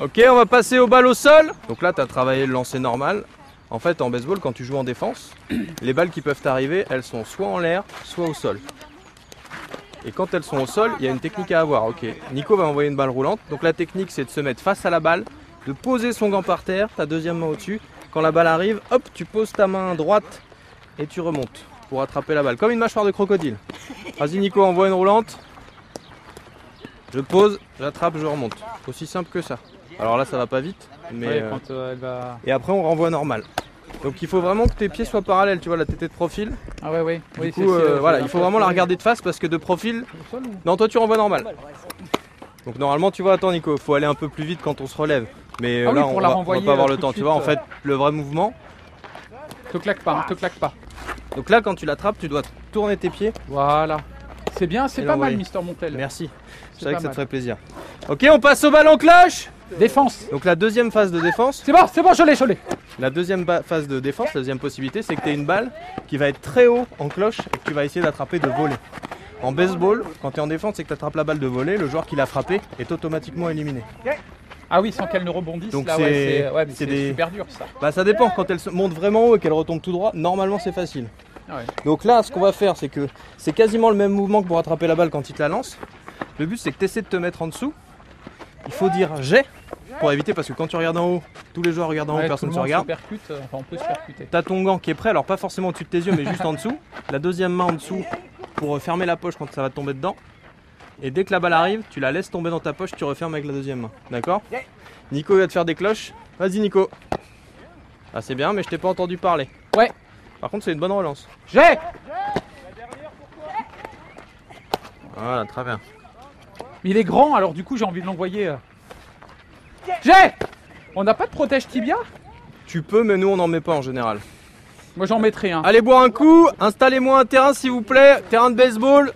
Ok, on va passer au bal au sol. Donc là, tu as travaillé le lancer normal. En fait, en baseball, quand tu joues en défense, les balles qui peuvent t'arriver, elles sont soit en l'air, soit au sol. Et quand elles sont au sol, il y a une technique à avoir. Ok, Nico va envoyer une balle roulante. Donc la technique, c'est de se mettre face à la balle, de poser son gant par terre, ta deuxième main au-dessus. Quand la balle arrive, hop, tu poses ta main droite et tu remontes pour attraper la balle, comme une mâchoire de crocodile. Vas-y Nico, envoie une roulante. Je pose, j'attrape, je remonte. Aussi simple que ça. Alors là, ça va pas vite, mais Ouais, euh, quand euh, elle va. et après on renvoie normal. Donc il faut vraiment que tes pieds soient parallèles, tu vois, la tête est de profil. Ah ouais, ouais. Du oui, coup, celle-ci, euh, là, je voilà, l'ai il faut un peu vraiment la appelée. regarder de face parce que de profil, Au sol ou- non, toi tu renvoies normal. Donc normalement, tu vois, attends Nico, faut aller un peu plus vite quand on se relève. Mais euh, Ah oui, là, pour on, la va, on va renvoyer, pas avoir euh, le tout temps. de Tu vois, en suite, fait, le vrai mouvement. Te claque pas, hein, te claque pas. Donc là, quand tu l'attrapes, tu dois tourner tes pieds. Voilà. C'est bien, c'est Et pas l'envoyer. mal, Mister Montel. Merci. C'est C'est vrai pas que ça te mal. ferait plaisir. Ok, on passe au ballon cloche. Défense. Donc la deuxième phase de défense, C'est bon, c'est bon, je l'ai, je l'ai. la deuxième ba- phase de défense, la deuxième possibilité, c'est que tu as une balle qui va être très haut en cloche et que tu vas essayer d'attraper de voler. En baseball, quand tu es en défense et que tu attrapes la balle de voler, le joueur qui l'a frappé est automatiquement éliminé. Ah oui, sans qu'elle ne rebondisse. Donc là, ouais, c'est- c'est ouais, mais c'est c'est des- super dur ça. Bah ça dépend, quand elle se monte vraiment haut et qu'elle retombe tout droit, normalement c'est facile. Ah ouais. Donc là, ce qu'on va faire, c'est que c'est quasiment le même mouvement que pour attraper la balle quand il te la lance. Le but, c'est que tu essaies de te mettre en dessous. Il faut dire j'ai pour éviter, parce que quand tu regardes en haut, tous les joueurs regardent en haut, Ouais, personne tout ne le se regarde. monde se percute, euh, enfin, on peut se percuter. T'as ton gant qui est prêt, alors pas forcément au-dessus de tes yeux, mais juste en dessous. La deuxième main en dessous pour euh, fermer la poche quand ça va tomber dedans. Et dès que la balle arrive, tu la laisses tomber dans ta poche, tu refermes avec la deuxième main. D'accord Nico va te faire des cloches. Vas-y Nico. Ah c'est bien, mais je t'ai pas entendu parler. Ouais. Par contre, c'est une bonne relance. J'ai Voilà, très bien. Mais il est grand, alors du coup, j'ai envie de l'envoyer. euh. J'ai On n'a pas de protège tibia Tu peux, mais nous on n'en met pas en général. Moi, j'en mettrai un. Allez boire un coup, installez-moi un terrain s'il vous plaît, terrain de baseball.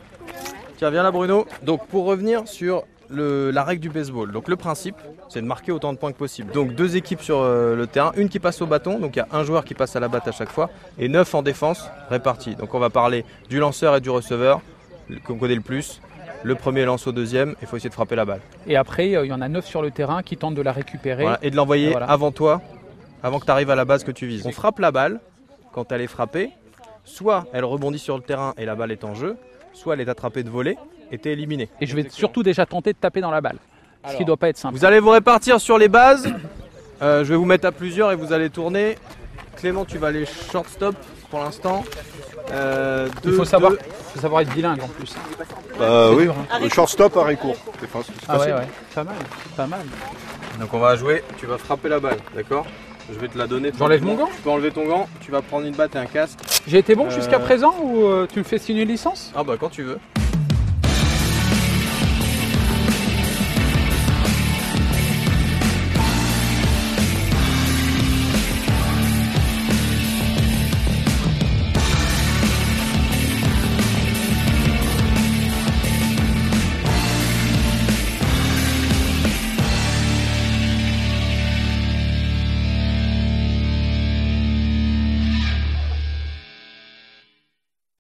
Tiens, viens là Bruno. Donc pour revenir sur le- la règle du baseball, donc le principe c'est de marquer autant de points que possible. Donc deux équipes sur euh, le terrain, une qui passe au bâton, donc il y a un joueur qui passe à la batte à chaque fois, et neuf en défense répartis. Donc on va parler du lanceur et du receveur, le- qu'on connaît le plus. Le premier lance au deuxième, et il faut essayer de frapper la balle. Et après, euh, il y en a 9 sur le terrain qui tentent de la récupérer. Voilà, et de l'envoyer Et voilà. avant toi, avant que tu arrives à la base que tu vises. On frappe la balle, quand elle est frappée, soit elle rebondit sur le terrain et la balle est en jeu, soit elle est attrapée de voler et t'es éliminé. Et je vais surtout déjà tenter de taper dans la balle. Ce qui Alors. doit pas être simple. Vous allez vous répartir sur les bases, Euh, je vais vous mettre à plusieurs et vous allez tourner. Clément, tu vas aller shortstop pour l'instant. Euh, Il deux, faut savoir, deux. faut savoir être bilingue en plus. Bah C'est oui, dur, hein. le shortstop, arrêt court. C'est pas- c'est Ah ouais, facile. ouais. Pas mal, pas mal. Donc on va jouer, tu vas frapper la balle, d'accord Je vais te la donner. J'enlève mon gant Tu peux enlever ton gant, tu vas prendre une batte et un casque. J'ai été bon jusqu'à Euh. présent ou euh, tu me fais signer une licence Ah bah quand tu veux.